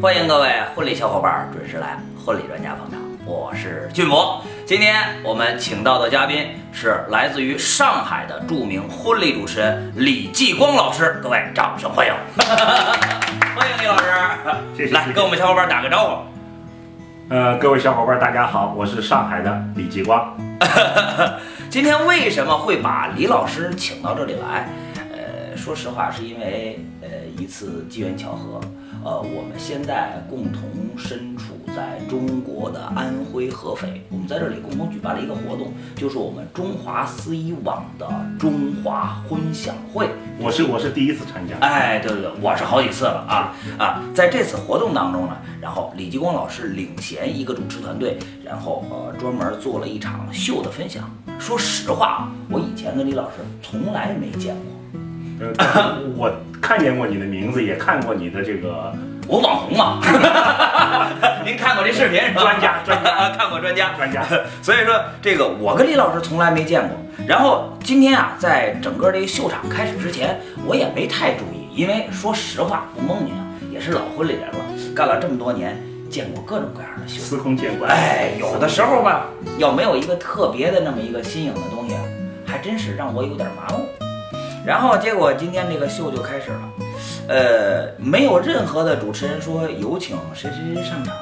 欢迎各位婚礼小伙伴准时来婚礼专家捧场，我是俊博。今天我们请到的嘉宾是来自于上海的著名婚礼主持人李继光老师，各位掌声 欢迎，欢迎李老师，谢谢来谢谢跟我们小伙伴打个招呼。呃，各位小伙伴，大家好，我是上海的李继光。今天为什么会把李老师请到这里来？呃，说实话，是因为呃一次机缘巧合。呃，我们现在共同身处在中国的安徽合肥，我们在这里共同举办了一个活动，就是我们中华司仪网的中华婚享会。我是我是第一次参加，哎，对对对，我是好几次了啊啊！在这次活动当中呢，然后李继光老师领衔一个主持团队，然后呃专门做了一场秀的分享。说实话啊，我以前跟李老师从来没见过，呃，但是我看见过你的名字，也看过你的这个我网红嘛。 您 看过这视频是吧？专家专家看过专家。专家。 所以说，这个我跟李老师从来没见过。然后今天啊，在整个这个秀场开始之前，我也没太注意，因为说实话，不蒙你啊，也是老婚礼人了，干了这么多年，见过各种各样的秀。司空见惯。哎，有的时候吧，要没有一个特别的那么一个新颖的东西，还真是让我有点麻木。然后结果今天这个秀就开始了，呃，没有任何的主持人说有请谁谁谁上场。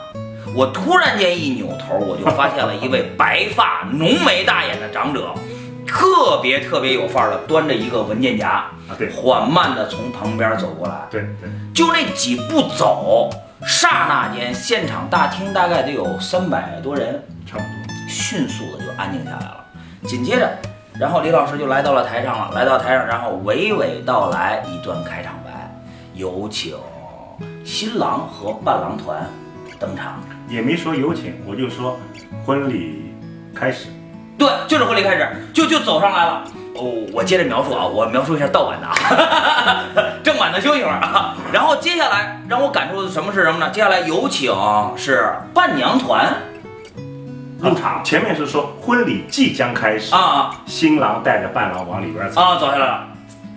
我突然间一扭头，我就发现了一位白发浓眉大眼的长者，特别特别有范儿的端着一个文件夹，啊，对缓慢的从旁边走过来。对对，就那几步走，刹那间，现场大厅大概得有三百多人，差不多。迅速的就安静下来了。紧接着，然后李老师就来到了台上了，来到台上，然后娓娓道来一段开场白，有请新郎和伴郎团登场。也没说有请，我就说婚礼开始。啊对，就是婚礼开始，就就走上来了。哦，我接着描述啊，我描述一下盗版的啊， 正版的休息会儿啊。然后接下来让我感触的什么是什么呢？接下来有请是伴娘团入场前面是说婚礼即将开始，啊新郎带着伴郎往里边走。啊，走下来了。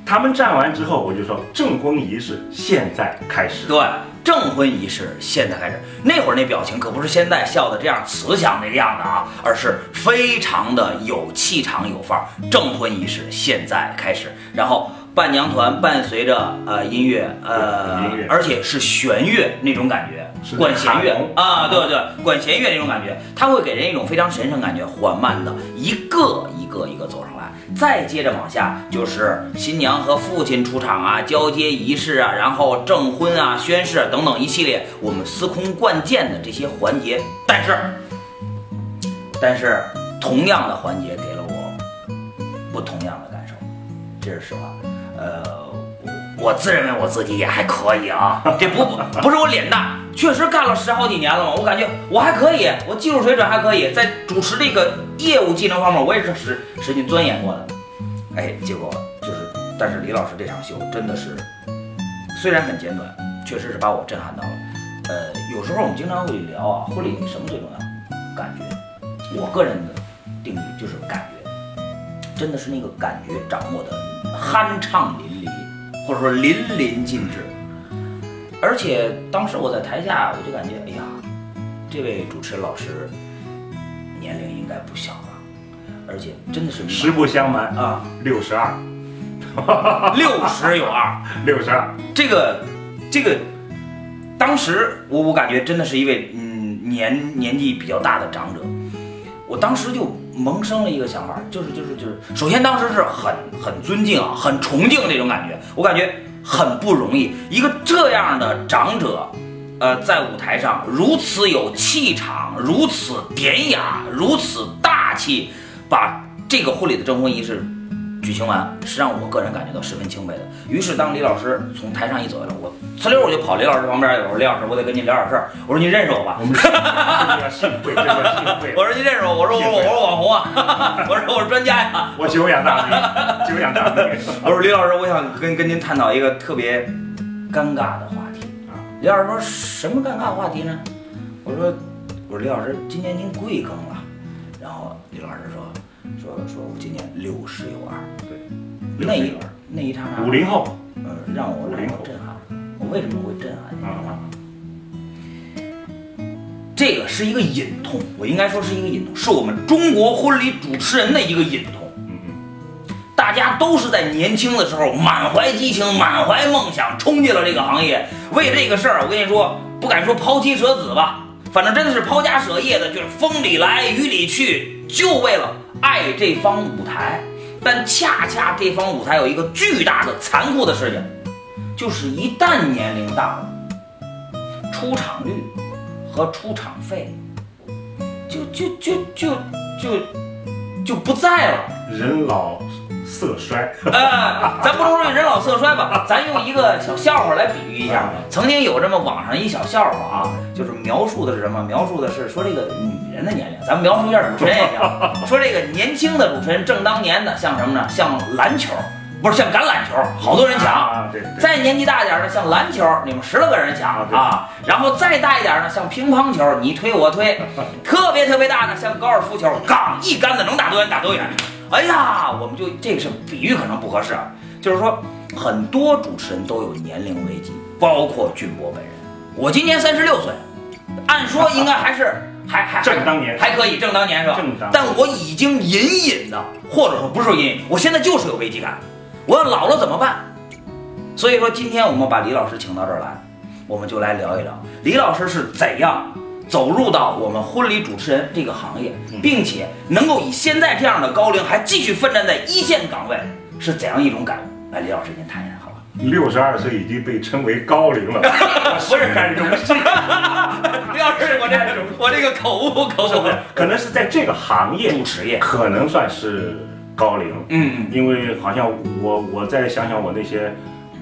他们站完之后，我就说证婚仪式现在开始。对，证婚仪式现在开始。那会儿那表情可不是现在笑的这样慈祥那个样子啊，而是非常的有气场有范儿。证婚仪式现在开始，然后伴娘团伴随着呃音乐，呃音乐而且是弦乐那种感觉，是管弦乐卡农啊，对对，管弦乐那种感觉，它会给人一种非常神圣感觉，缓慢的一个一个一个走上来，再接着往下就是新娘和父亲出场啊，交接仪式啊，然后证婚啊、宣誓啊等等一系列我们司空惯见的这些环节，但是，但是同样的环节给了我不同样的感受，这是实话，呃。我自认为我自己也还可以啊，这不不是我脸大，确实干了十好几年了嘛，我感觉我还可以，我技术水准还可以，在主持这个业务技能方面，我也是使使劲钻研过的。哎，结果就是，但是李老师这场秀真的是，虽然很简短，确实是把我震撼到了。呃，有时候我们经常会聊啊，婚礼什么最重要？感觉。我个人的定义就是感觉。真的是那个感觉掌握的酣畅淋漓，或者说淋漓尽致。而且当时我在台下，我就感觉，哎呀，这位主持老师年龄应该不小了，而且真的是实不相瞒，啊，六十二， 六十有二。六 十二。这个这个，当时我我感觉真的是一位嗯年年纪比较大的长者，我当时就萌生了一个想法，就是就是就是，首先当时是很很尊敬啊，很崇敬这种感觉，我感觉很不容易，一个这样的长者。呃，在舞台上如此有气场，如此典雅，如此大气，把这个婚礼的征婚仪式举行完，是让我个人感觉到十分钦佩的。于是当李老师从台上一走下来，我呲溜我就跑李老师旁边，我说李老师，我得跟您聊点事儿。我说您认识我吧？我们是这叫幸会，这叫幸会。我说您认识我？我说我我是网红啊，我说我是专家呀、我久仰大名，久仰大名。我说李老师，我想跟跟您探讨一个特别尴尬的话题。李老师说什么尴尬话题呢？我说我说李老师，今年您贵庚了？然后李老师说说说我今年六十有二。对，那一62那一刹那，五零后呃，让我五让零我后震撼。我为什么会震撼？你知道吗？啊，这个是一个隐痛，我应该说是一个隐痛，是我们中国婚礼主持人的一个隐痛。嗯大家都是在年轻的时候满怀激情、满怀梦想，冲进了这个行业。为这个事儿，我跟你说，不敢说抛妻舍子吧，反正真的是抛家舍业的，就是风里来雨里去，就为了爱这方舞台。但恰恰这方舞台有一个巨大的、残酷的事情，就是一旦年龄大了，出场率和出场费就就就就就就不在了。嗯，人老色衰， 呃，咱不能说人老色衰吧，咱用一个小笑话来比喻一下。曾经有这么网上一小笑话啊，就是描述的是什么？描述的是说这个女人的年龄，咱们描述一下主持人也行。说这个年轻的主持人正当年的，像什么呢？像篮球，不是像橄榄球，好多人抢。啊，对对，再年纪大点儿的，像篮球，你们十来个人抢啊对啊；然后再大一点儿呢，像乒乓球，你推我推； 特别特别大的，像高尔夫球，杠一杆子能打多远打多远。哎呀，我们就这个是比喻，可能不合适，啊，就是说很多主持人都有年龄危机，包括俊博本人。我今年三十六岁，按说应该还是还还正当年，还可以，正当年是吧？正当但我已经隐隐的，或者说不是说隐隐，我现在就是有危机感。我要老了怎么办？所以说，今天我们把李老师请到这儿来，我们就来聊一聊李老师是怎样走入到我们婚礼主持人这个行业，嗯并且能够以现在这样的高龄还继续奋战在一线岗位，是怎样一种感悟？来，李老师您谈一谈，好 吧？六十二岁已经被称为高龄了，不是干荣幸，李老师，我哎这我这个口误口是不是？可能是在这个行业，主持业，可能算是高龄，嗯因为好像我我再想想我那些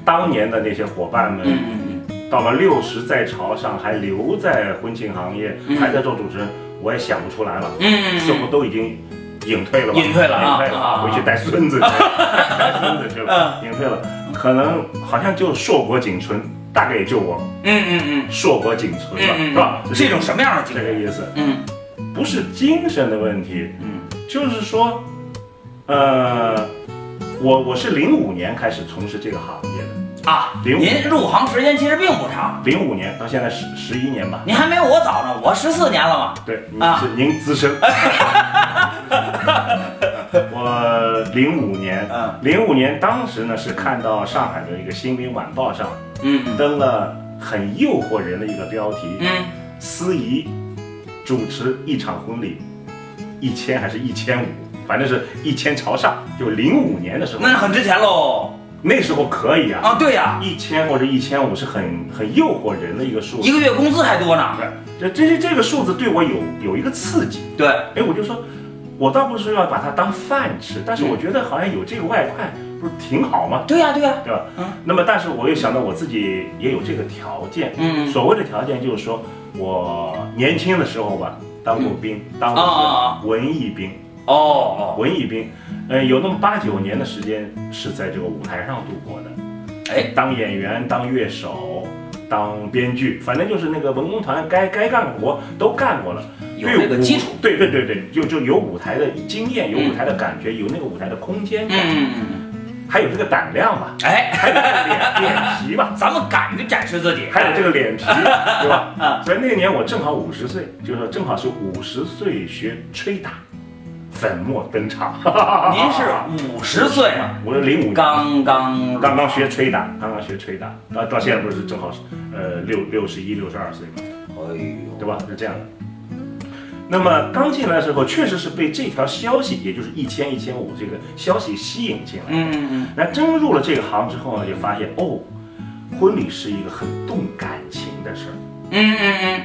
当年的那些伙伴嗯们，嗯到了六十在朝上还留在婚庆行业嗯，还在做主持人，我也想不出来了，嗯似乎都已经隐退了吧？隐退了啊隐退啊啊嗯了，回去带 孙子去，带孙子去了，隐退了，可能好像就硕果仅存，大概也就我嗯嗯嗯硕果仅存吧，嗯，是吧？是一种什么样的经这个历？意思，嗯不是精神的问题，嗯就是说，呃，我我是零五年开始从事这个行业的，啊，零五您入行时间其实并不长，零五年到现在十十一年吧。您还没有我早呢，我十四年了嘛。对，您啊是您 资深。我零五年，嗯零五年当时呢是看到上海的一个《新民晚报》上嗯嗯登了很诱惑人的一个标题：嗯，司仪主持一场婚礼，一千还是一千五，反正是一千朝上。就零五年的时候，那很值钱喽。那时候可以啊，啊，对呀、一千或者一千五是很很诱惑人的一个数一个字。月工资还多呢。对，这这这个数字对我有有一个刺激。对，哎，我就说，我倒不是说要把它当饭吃，但是嗯我觉得好像有这个外快，不是挺好吗？对呀、对呀、对吧？嗯那么，但是我又想到我自己也有这个条件。嗯所谓的条件就是说我年轻的时候吧，当过兵，当啊啊过啊，是文艺兵，哦哦，文艺兵，呃，有那么八九年的时间是在这个舞台上度过的。哎，当演员、当乐手、当编剧，反正就是那个文工团该该干的活都干过了。有对这个舞基础。对对对对，就就有舞台的经验，有舞台的感觉，有那个舞台的空间嗯感，嗯，嗯还有这个胆量吧，哎，还有这个 脸脸皮吧，咱们敢于展示自己。还有这 个脸皮，对啊吧？所以那年我正好五十岁，就是说正好是五十岁学吹打，粉墨登场。 您是五十岁嘛，我是零五年。刚啊刚刚刚学吹打，刚刚学吹打，到到现在不是正好是呃六六十一、六十二岁嘛，哎呦，对吧？是这样的。那么刚进来的时候，确实是被这条消息，也就是一千一千五这个消息吸引进来。嗯嗯那真入了这个行之后呢，就发现哦，婚礼是一个很动感情的事儿，嗯嗯嗯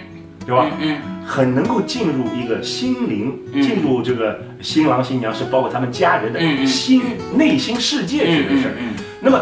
对吧？嗯嗯，很能够进入一个心灵，嗯进入这个新郎新娘是包括他们家人嗯嗯的心内心世界去的事儿。嗯那么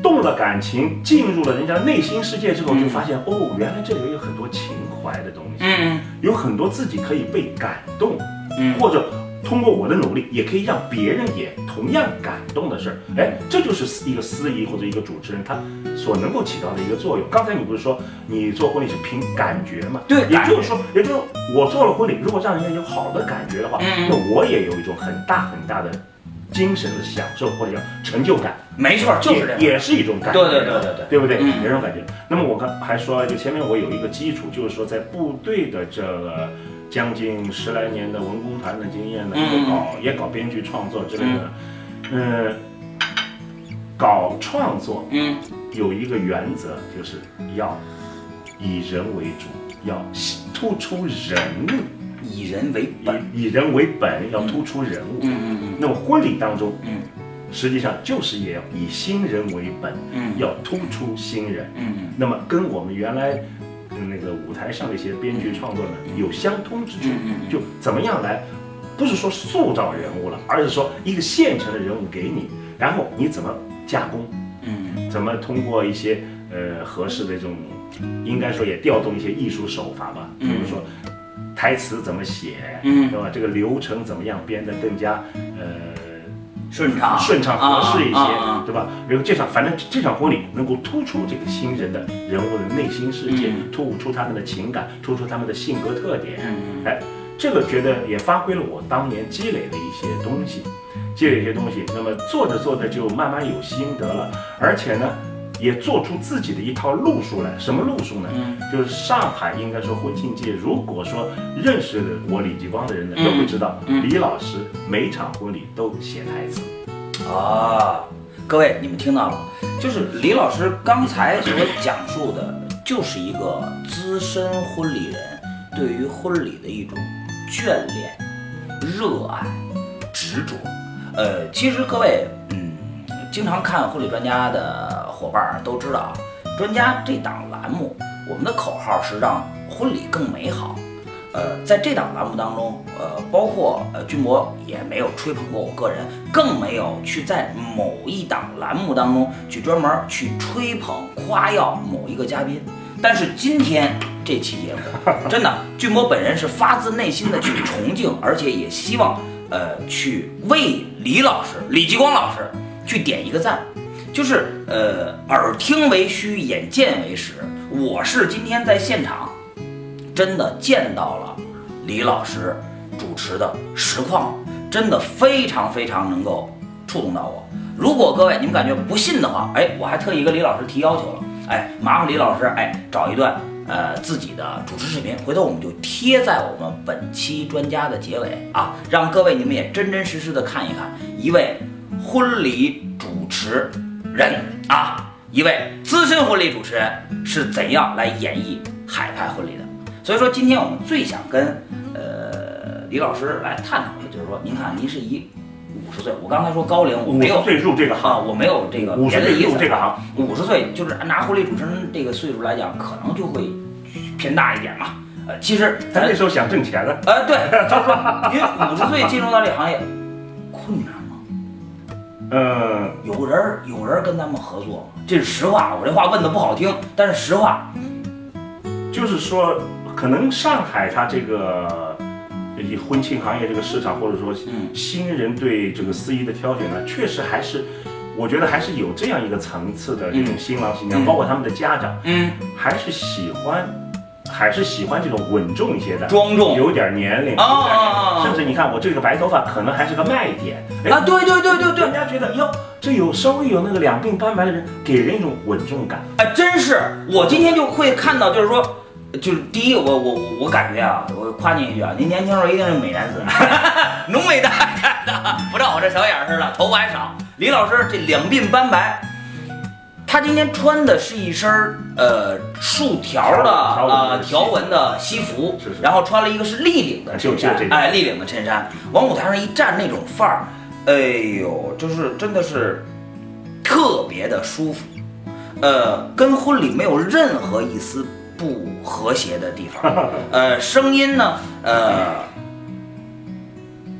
动了感情，进入了人家内心世界之后，嗯就发现、哦，原来这里面有很多情怀的东西，嗯有很多自己可以被感动，嗯或者通过我的努力，也可以让别人也同样感动的事儿。嗯哎，这就是一个司仪或者一个主持人他所能够起到的一个作用。刚才你不是说你做婚礼是凭感觉吗？对也感觉就是说，也就是我做了婚礼，如果让人家有好的感觉的话，嗯那我也有一种很大很大的精神的享受或者叫成就感，没错，就是这样。也也是一种感觉，对对对对对对不对？嗯也是一种感觉。那么我刚还说了一个，前面我有一个基础，就是说在部队的这个将近十来年的文工团的经验呢，嗯我搞也搞编剧创作之类的，嗯，搞创作嗯，有一个原则，就是要以人为主，要突出人物，以人为本。以以人为本，要突出人物。嗯嗯那么婚礼当中，嗯实际上就是也要以新人为本，嗯要突出新人。嗯那么跟我们原来嗯那个舞台上的一些编剧创作呢有相通之处嗯嗯，嗯就怎么样来，不是说塑造人物了，而是说一个现成的人物给你，然后你怎么加工，嗯怎么通过一些呃合适的这种，应该说也调动一些艺术手法吧，比嗯如说台词怎么写，嗯对吧？这个流程怎么样编得更加呃嗯，顺畅顺畅合适一些，啊啊啊啊对吧？然后这场反正这场婚礼能够突出这个新人的人物的内心世界，嗯突出他们的情感，突出他们的性格特点。嗯哎，这个觉得也发挥了我当年积累的一些东西，积累一些东西。那么做着做着就慢慢有心得了，而且呢，也做出自己的一套路数来。什么路数呢？嗯就是上海应该说婚庆界，如果说认识我李继光的人呢，嗯都会知道，嗯李老师每场婚礼都写台词。啊，各位你们听到了，就是李老师刚才所讲述的，就是一个资深婚礼人对于婚礼的一种眷恋、热爱、执着。呃，其实各位，嗯，经常看婚礼专家的伙伴儿都知道啊，专家这档栏目，我们的口号是让婚礼更美好。呃，在这档栏目当中，呃，包括呃君博也没有吹捧过我个人，更没有去在某一档栏目当中去专门去吹捧夸耀某一个嘉宾。但是今天这期节目，真的，君博本人是发自内心的去崇敬，而且也希望呃去为李老师、李继光老师去点一个赞。就是呃，耳听为虚，眼见为实。我是今天在现场真的见到了李老师主持的实况，真的非常非常能够触动到我。如果各位你们感觉不信的话，哎，我还特意跟李老师提要求了，哎，麻烦李老师，哎，找一段呃自己的主持视频，回头我们就贴在我们本期专家的结尾啊，让各位你们也真真实实的看一看一位婚礼主持人啊，一位资深婚礼主持人是怎样来演绎海派婚礼的。所以说，今天我们最想跟呃李老师来探讨的就是说，您看您是一五十岁，我刚才说高龄，我五没有十岁入这个啊，行，我没有这个五别十的岁意入思。这个行，五十岁就是拿婚礼主持人这个岁数来讲，可能就会偏大一点嘛。呃，其实咱咱那时候想挣钱了，呃对，就是说，因为五十岁进入到这行业困难吗？嗯，有人儿有人儿跟咱们合作吗？这是实话，我这话问的不好听，但是实话，就是说，可能上海它这个呃以婚庆行业这个市场，或者说嗯新人对这个司仪的挑选呢，确实还是，我觉得还是有这样一个层次的这种嗯新郎新娘，嗯包括他们的家长，嗯，还是喜欢，还是喜欢这种稳重一些的。庄重有点年龄，有哦点哦哦甚至你看我这个白头发可能还是个卖点，哎啊，对对对对对人，家觉得哟，这有稍微有那个两鬓斑白的人，给人一种稳重感。哎，真是，我今天就会看到，就是说，就是第一，我我我我感觉啊，我夸您一句啊，您年轻时候一定是美男子， 浓眉大眼的，不照我这小眼儿似的，头发还少。李老师这两鬓斑白，他今天穿的是一身儿呃竖条的条纹呃的西条纹的西服，是是然后穿了一个是立领的衬衫就就这，个哎，立领的衬衫，往舞台上一站那种范儿，哎呦，就是真的是特别的舒服。呃，跟婚礼没有任何一丝不和谐的地 方。呃，声音呢，呃，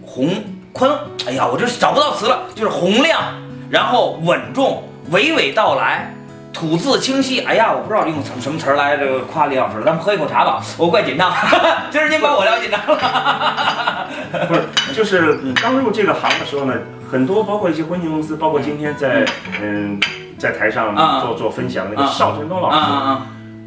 洪宽，哎呀，我这找不到词了，就是洪亮，然后稳重，娓娓道来。吐字清晰，哎呀，我不知道用什么什么词儿来这个夸李老师了，咱们喝一口茶吧，我怪 紧张，今儿您把我聊紧张了。 不是，就是刚入这个行的时候呢，很多包括一些婚庆公司，包括今天在嗯在台上啊做做分享的那个啊邵振东啊啊老师，啊，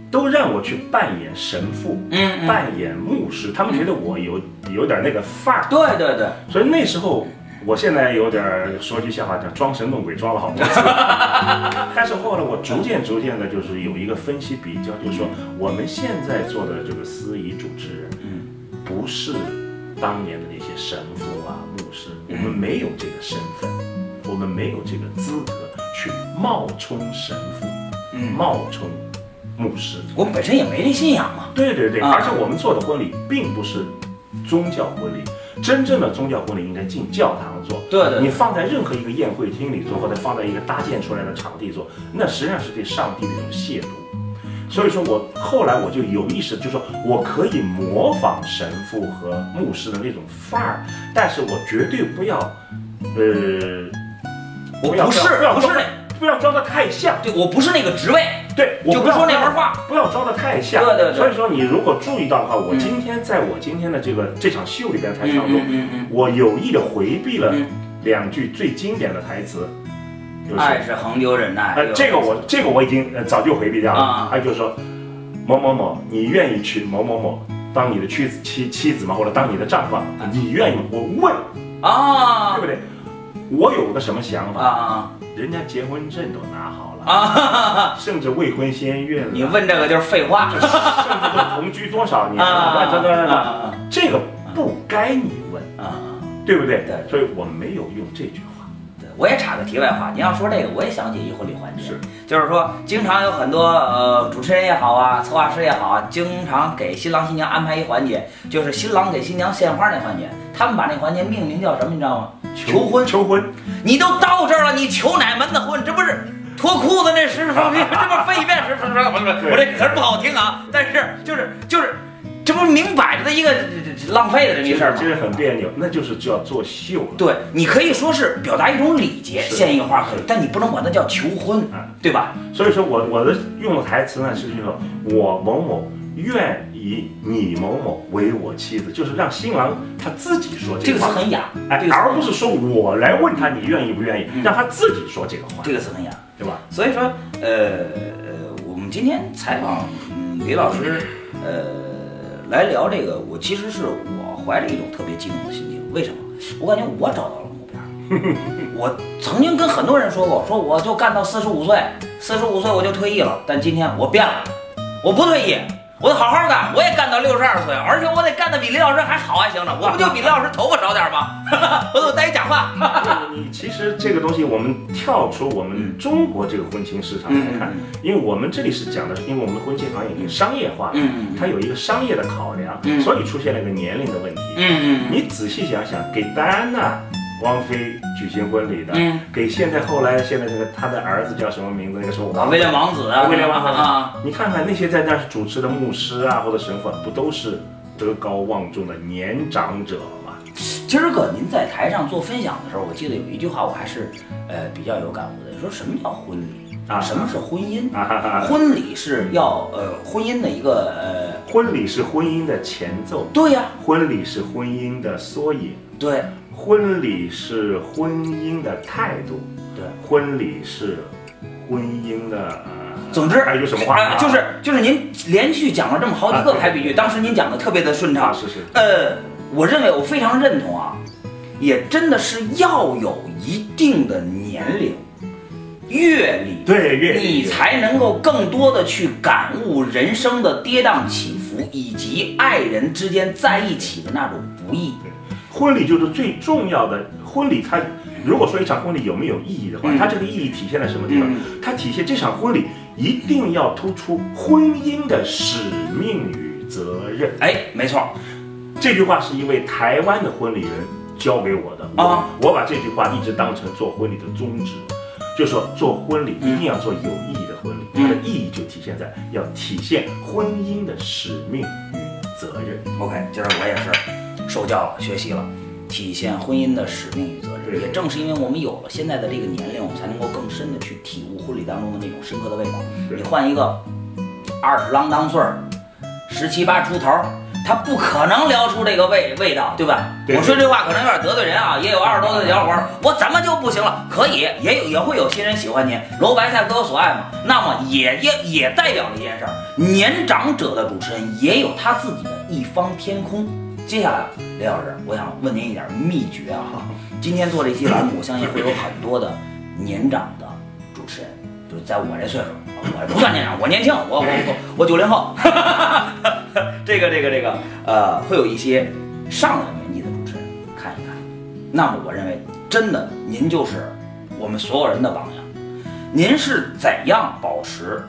都让我去扮演神父，嗯嗯，扮演牧师，他们觉得我有有点那个范儿，啊对对对，嗯所以那时候我现在有点儿说句笑话，叫装神弄鬼，装了好多次。 但是后来我逐渐逐渐的，就是有一个分析比较，就是说我们现在做的这个司仪主持人，嗯，不是当年的那些神父啊、牧师，我们没有这个身份，我们没有这个资格去冒充神父，嗯冒充牧师。我们本身也没这信仰嘛。对对对，啊而且我们做的婚礼并不是宗教婚礼，真正的宗教婚礼应该进教堂做。对对对你放在任何一个宴会厅里做，或者放在一个搭建出来的场地做，那实际上是对上帝的一种亵渎。所以说我后来我就有意识，就说我可以模仿神父和牧师的那种范儿，但是我绝对不要，呃，我要不是不要不是装得不要装的太像。对我不是那个职位，对，我就不要说那装门话。不要装得太像。对对对所以说，你如果注意到的话，我嗯今天在我今天的这个这场秀里边台上中，嗯嗯我有意的回避了嗯两句最经典的台词，嗯，就是爱是恒久忍耐。呃，这个我这个我已经呃早就回避掉哎啊了。哎，就是说某某某，你愿意娶某某某当你的妻子妻妻子吗？或者当你的丈夫吗啊？你愿意吗？我问，啊对不对？我有个什么想啊法？啊人家结婚证都拿好了，啊 哈哈哈！甚至未婚先孕了，你问这个就是废话甚至都同居多少年啊了，等等等等啊这个不该你问，啊啊！对不对？对所以我没有用这句话。对，我也插个题外话，您要说这个，我也想起一婚礼环节，是就是说，经常有很多呃主持人也好啊，策划师也好啊，经常给新郎新娘安排一环节，就是新郎给新娘献花那环节，他们把那环节命名叫什么，你知道吗？求婚。求婚，你都到这儿了，你求哪门子婚？这不是脱裤子那十分钟，这不飞一遍十分钟？不是不是，我这词儿不好听啊，但是就是就是，这不是明摆着的一个这这浪费的这么一事儿吗其？实很别扭，那就是就要作秀了。对，你可以说是表达一种礼节，是献一个花可以，但你不能管它叫求婚嗯，对吧？所以说我我的用的台词呢是就说，我某某愿以你某某为我妻子，就是让新郎他自己说这这个个词话，很雅，哎这，个词而不是说我来问他你愿意不愿嗯意，让他自己说这个话，这个词很雅。对吧？所以说，呃，呃我们今天采访嗯李老师，呃，来聊这个，我其实是我怀着一种特别激动的心情，为什么？我感觉我找到了目标。 我曾经跟很多人说过，说我就干到四十五岁，四十五岁我就退役了。但今天我变了，我不退役，我好好干，我也干到六十二岁，而且我得干得比李老师还好还行呢。我不就比李老师头发少点吗？ 我得戴一假发。你其实这个东西，我们跳出我们中国这个婚庆市场来嗯看，因为我们这里是讲的，因为我们的婚庆行业已经商业化了，嗯它有一个商业的考量嗯，所以出现了一个年龄的问题。嗯你仔细想想，给戴安娜、王菲举行婚礼的，嗯给现在后来现在这个他的儿子叫什么名字？那个什么啊，王威廉王子啊，威廉王子啊，你看看那些在那儿主持的牧师啊，或者神父啊，不都是德高望重的年长者吗？今儿个您在台上做分享的时候，我记得有一句话，我还是呃比较有感悟的，说什么叫婚礼啊什么是婚姻？ 啊哈哈！婚礼是要呃婚姻的一个呃，婚礼是婚姻的前奏，对呀、婚礼是婚姻的缩影，对婚礼是婚姻的态度，对。婚礼是婚姻的。呃总之还有什么话啊啊？就是就是您连续讲了这么好几啊个对排比句，当时您讲的特别的顺畅啊，，是是，呃，我认为我非常认同啊，也真的是要有一定的年龄、阅历，对，乐你才能够更多的去感悟人生的跌宕起伏，以及爱人之间在一起的那种不易。婚礼就是最重要的。婚礼它如果说一场婚礼有没有意义的话，嗯它这个意义体现在什么地方？它体现这场婚礼一定要突出婚姻的使命与责任。哎，没错，这句话是一位台湾的婚礼人教给我的啊我我把这句话一直当成做婚礼的宗旨，就说做婚礼一定要做有意义的婚礼，嗯它的意义就体现在要体现婚姻的使命与责任。 OK，今儿我也是受教了，学习了，体现婚姻的使命与责任。对也正是因为我们有了现在的这个年龄，我们才能够更深的去体悟婚礼当中的那种深刻的味道。对你换一个二十郎当岁儿，十七八出头儿。他不可能聊出这个味味道，对吧？对我说这话可能有点得罪人啊，也有二十多岁的小伙儿，我怎么就不行了？可以，也有也会有新人喜欢您，楼白菜各有所爱嘛。那么也也也代表了一件事儿，年长者的主持人也有他自己的一方天空。接下来，雷老师，我想问您一点秘诀啊。今天做这期栏目，我相信会有很多的年长的主持人，就是在我这岁数，我不算年长，我年轻，我我我我九零后， 这个这个这个，呃，会有一些上了年纪的主持人看一看。那么，我认为真的您就是我们所有人的榜样。您是怎样保持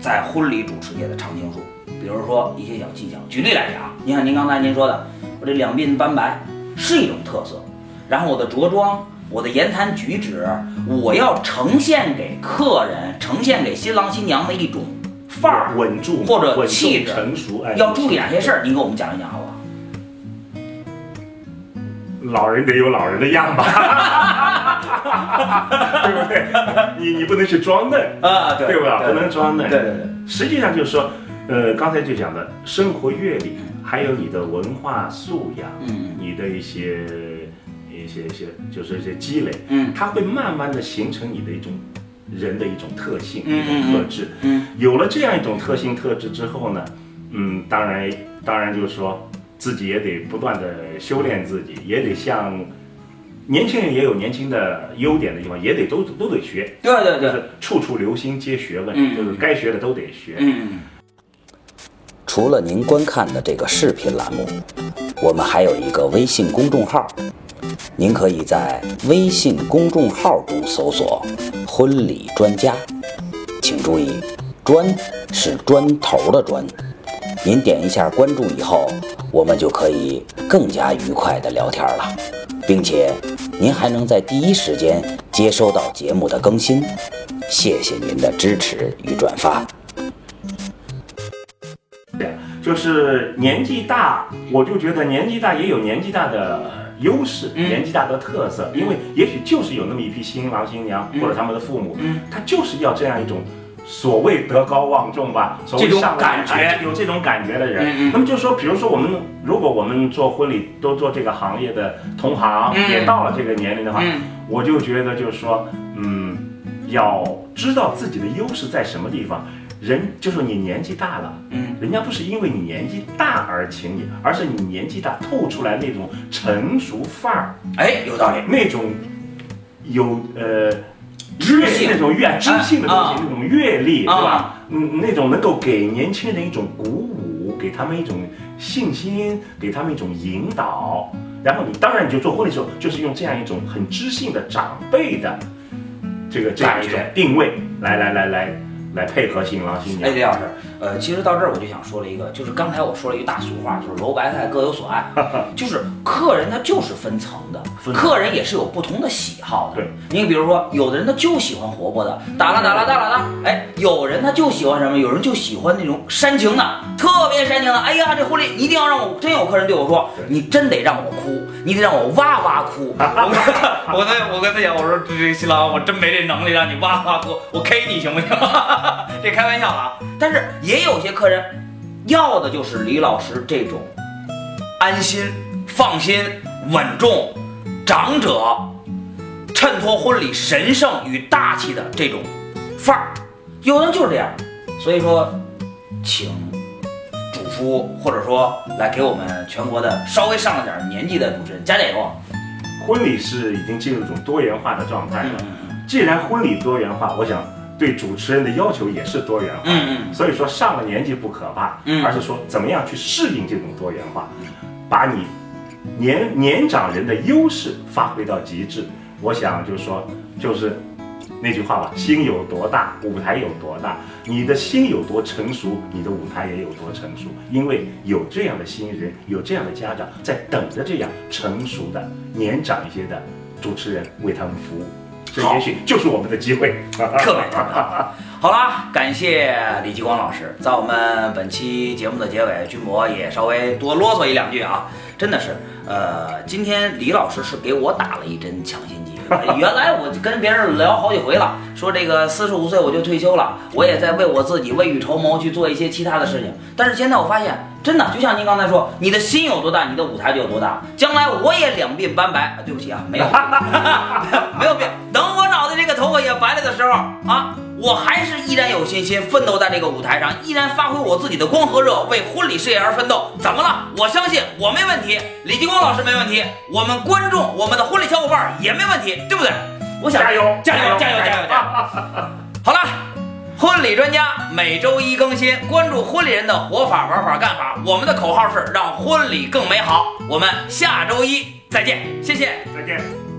在婚礼主持界的常青树？比如说一些小技巧。举例来讲，您看您刚才您说的，我这两鬓斑白是一种特色，然后我的着装、我的言谈举止，我要呈现给客人、呈现给新郎新娘的一种范儿，稳住或者稳住气质成熟，哎，要注意哪些事儿？您给我们讲一讲好不好？老人得有老人的样吧， 对不对？你你不能去装嫩，啊，对对吧？不能装嫩对。对对，实际上就是说，呃，刚才就讲的生活阅历，还有你的文化素养，嗯你的一些一些一些，就是一些积累，嗯它会慢慢的形成你的一种人的一种特性、嗯一种特质。嗯有了这样一种特性特质之后呢，嗯，当然当然就是说自己也得不断的修炼自己，也得像年轻人也有年轻的优点的地方，也得都都得学，对对就对，是处处留心皆学问，嗯就是该学的都得学。嗯。除了您观看的这个视频栏目，我们还有一个微信公众号，您可以在微信公众号中搜索“婚礼专家”，请注意，“砖”是砖头的“砖”。您点一下关注以后，我们就可以更加愉快的聊天了，并且您还能在第一时间接收到节目的更新。谢谢您的支持与转发。就是年纪大，我就觉得年纪大也有年纪大的优势，嗯年纪大的特色，因为也许就是有那么一批新郎新娘、嗯或者他们的父母，嗯他就是要这样一种。所谓德高望重吧，所谓这种上了感觉哎有这种感觉的人，嗯嗯那么就说，比如说我们如果我们做婚礼都做这个行业的同行，嗯也到了这个年龄的话，嗯我就觉得就是说，嗯，要知道自己的优势在什么地方。人就是你年纪大了，嗯，人家不是因为你年纪大而请你，而是你年纪大透出来那种成熟范儿，哎，有道理。那种有呃知阅性那种阅知性的东啊西，那种阅历，对啊吧？嗯，那种能够给年轻人一种鼓舞，给他们一种信心，给他们一种引导。然后你当然你就做婚礼的时候，就是用这样一种很知性的长辈的这个这样一种感觉定位，来来来来来配合新郎新哎，娘。李老师，呃，其实到这儿我就想说了一个，就是刚才我说了一句大俗话，就是萝卜白菜各有所爱，就是客人他就是分层的，分层客人也是有不同的喜好的对。你比如说，有的人他就喜欢活泼的，哒啦哒啦哒啦哒，哎，有人他就喜欢什么，有人就喜欢那种煽情的，特别煽情的。哎呀，这婚礼一定要让我，真有客人对我说，对你真得让我哭，你得让我哇哇哭。 我我跟我跟他讲，我说这这新郎，我真没这能力让你哇哇哭，我 K 你行不行？ 这开玩笑啊。但是也有些客人要的就是李老师这种安心、放心、稳重、长者衬托婚礼神圣与大气的这种范儿。有的人就是这样，所以说，请主夫或者说来给我们全国的稍微上了点年纪的主持人加加油。啊婚礼是已经进入一种多元化的状态了。嗯既然婚礼多元化，我想对主持人的要求也是多元化。嗯嗯所以说上了年纪不可怕，嗯而是说怎么样去适应这种多元化，把你年年长人的优势发挥到极致。我想就是说，就是那句话吧，心有多大，舞台有多大。你的心有多成熟，你的舞台也有多成熟。因为有这样的新人，有这样的家长在等着这样成熟的年长一些的主持人为他们服务。这好也许就是我们的机会。特别特别好。好啦，感谢李继光老师，在我们本期节目的结尾，君博也稍微多啰嗦一两句啊。真的是，呃，今天李老师是给我打了一针强心剂。原来我跟别人聊好几回了，说这个四十五岁我就退休了，我也在为我自己未雨绸缪去做一些其他的事情。但是现在我发现，真的就像您刚才说，你的心有多大，你的舞台就有多大。将来我也两鬓斑白，啊对不起啊，没有，没有病。等我脑袋这这个头发也白了的时候啊，我还是依然有信心，奋斗在这个舞台上，依然发挥我自己的光和热，为婚礼事业而奋斗。怎么了？我相信我没问题，李继光老师没问题，我们观众，我们的婚礼小伙伴也没问题，对不对？我想 加油加油，加油，加油，加油！好了，婚礼专家每周一更新，关注婚礼人的活法、玩法、干法。我们的口号是让婚礼更美好。我们下周一再见，谢谢。再见。